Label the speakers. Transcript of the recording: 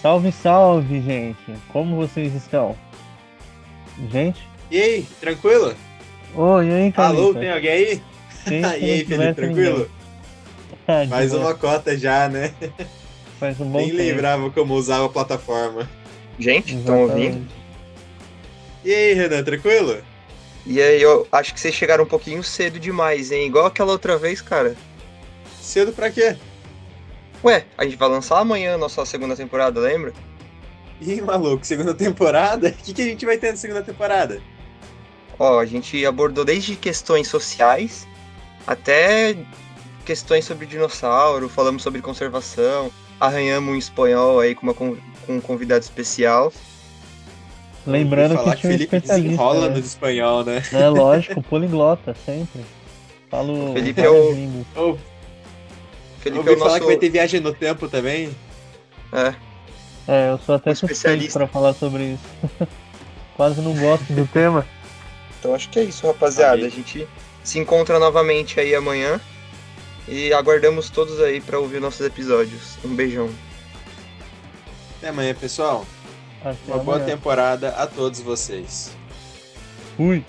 Speaker 1: Salve, salve, gente! Como vocês estão? Gente?
Speaker 2: E aí, tranquilo?
Speaker 1: Oi, e aí, Carlita?
Speaker 2: Alô, tem alguém aí?
Speaker 1: Tá é. Sim, né? Tá,
Speaker 2: e aí, Felipe, tranquilo? Mais uma cota já, né?
Speaker 1: Faz um bom
Speaker 2: Nem
Speaker 1: tempo.
Speaker 2: lembrava como usava a plataforma.
Speaker 3: Gente, estão ouvindo?
Speaker 1: Exatamente.
Speaker 2: E aí, Renan, tranquilo?
Speaker 3: E aí, eu acho que vocês chegaram um pouquinho cedo demais, hein? Igual aquela outra vez, cara.
Speaker 2: Cedo pra quê?
Speaker 3: Ué, a gente vai lançar amanhã a nossa segunda temporada, lembra?
Speaker 2: Ih, maluco, segunda temporada? O que, que a gente vai ter na segunda temporada?
Speaker 3: Ó, a gente abordou desde questões sociais até questões sobre dinossauro, falamos sobre conservação, arranhamos um espanhol aí com, uma con- com um convidado especial.
Speaker 1: Lembrando
Speaker 2: Ouvi falar
Speaker 1: que tinha um
Speaker 2: Felipe
Speaker 1: especialista,
Speaker 2: desenrola
Speaker 1: né?
Speaker 2: no espanhol, né?
Speaker 1: É lógico, poliglota, sempre. Falo
Speaker 3: O Felipe
Speaker 1: várias
Speaker 3: é o-
Speaker 1: línguas.
Speaker 2: Ou-
Speaker 3: Felipe
Speaker 2: ouvi
Speaker 3: é o
Speaker 2: falar
Speaker 3: nosso...
Speaker 2: que vai ter viagem no tempo também.
Speaker 3: É,
Speaker 1: É, eu sou até
Speaker 3: Um
Speaker 1: suspeito
Speaker 3: especialista.
Speaker 1: pra falar sobre isso. Quase não gosto do tema.
Speaker 3: então acho que é isso, rapaziada.
Speaker 2: Amém.
Speaker 3: A gente se encontra novamente aí amanhã e aguardamos todos aí pra ouvir nossos episódios. Um beijão.
Speaker 2: Até amanhã, pessoal.
Speaker 1: Até
Speaker 2: Uma boa
Speaker 1: amanhã.
Speaker 2: temporada a todos vocês.
Speaker 1: Fui.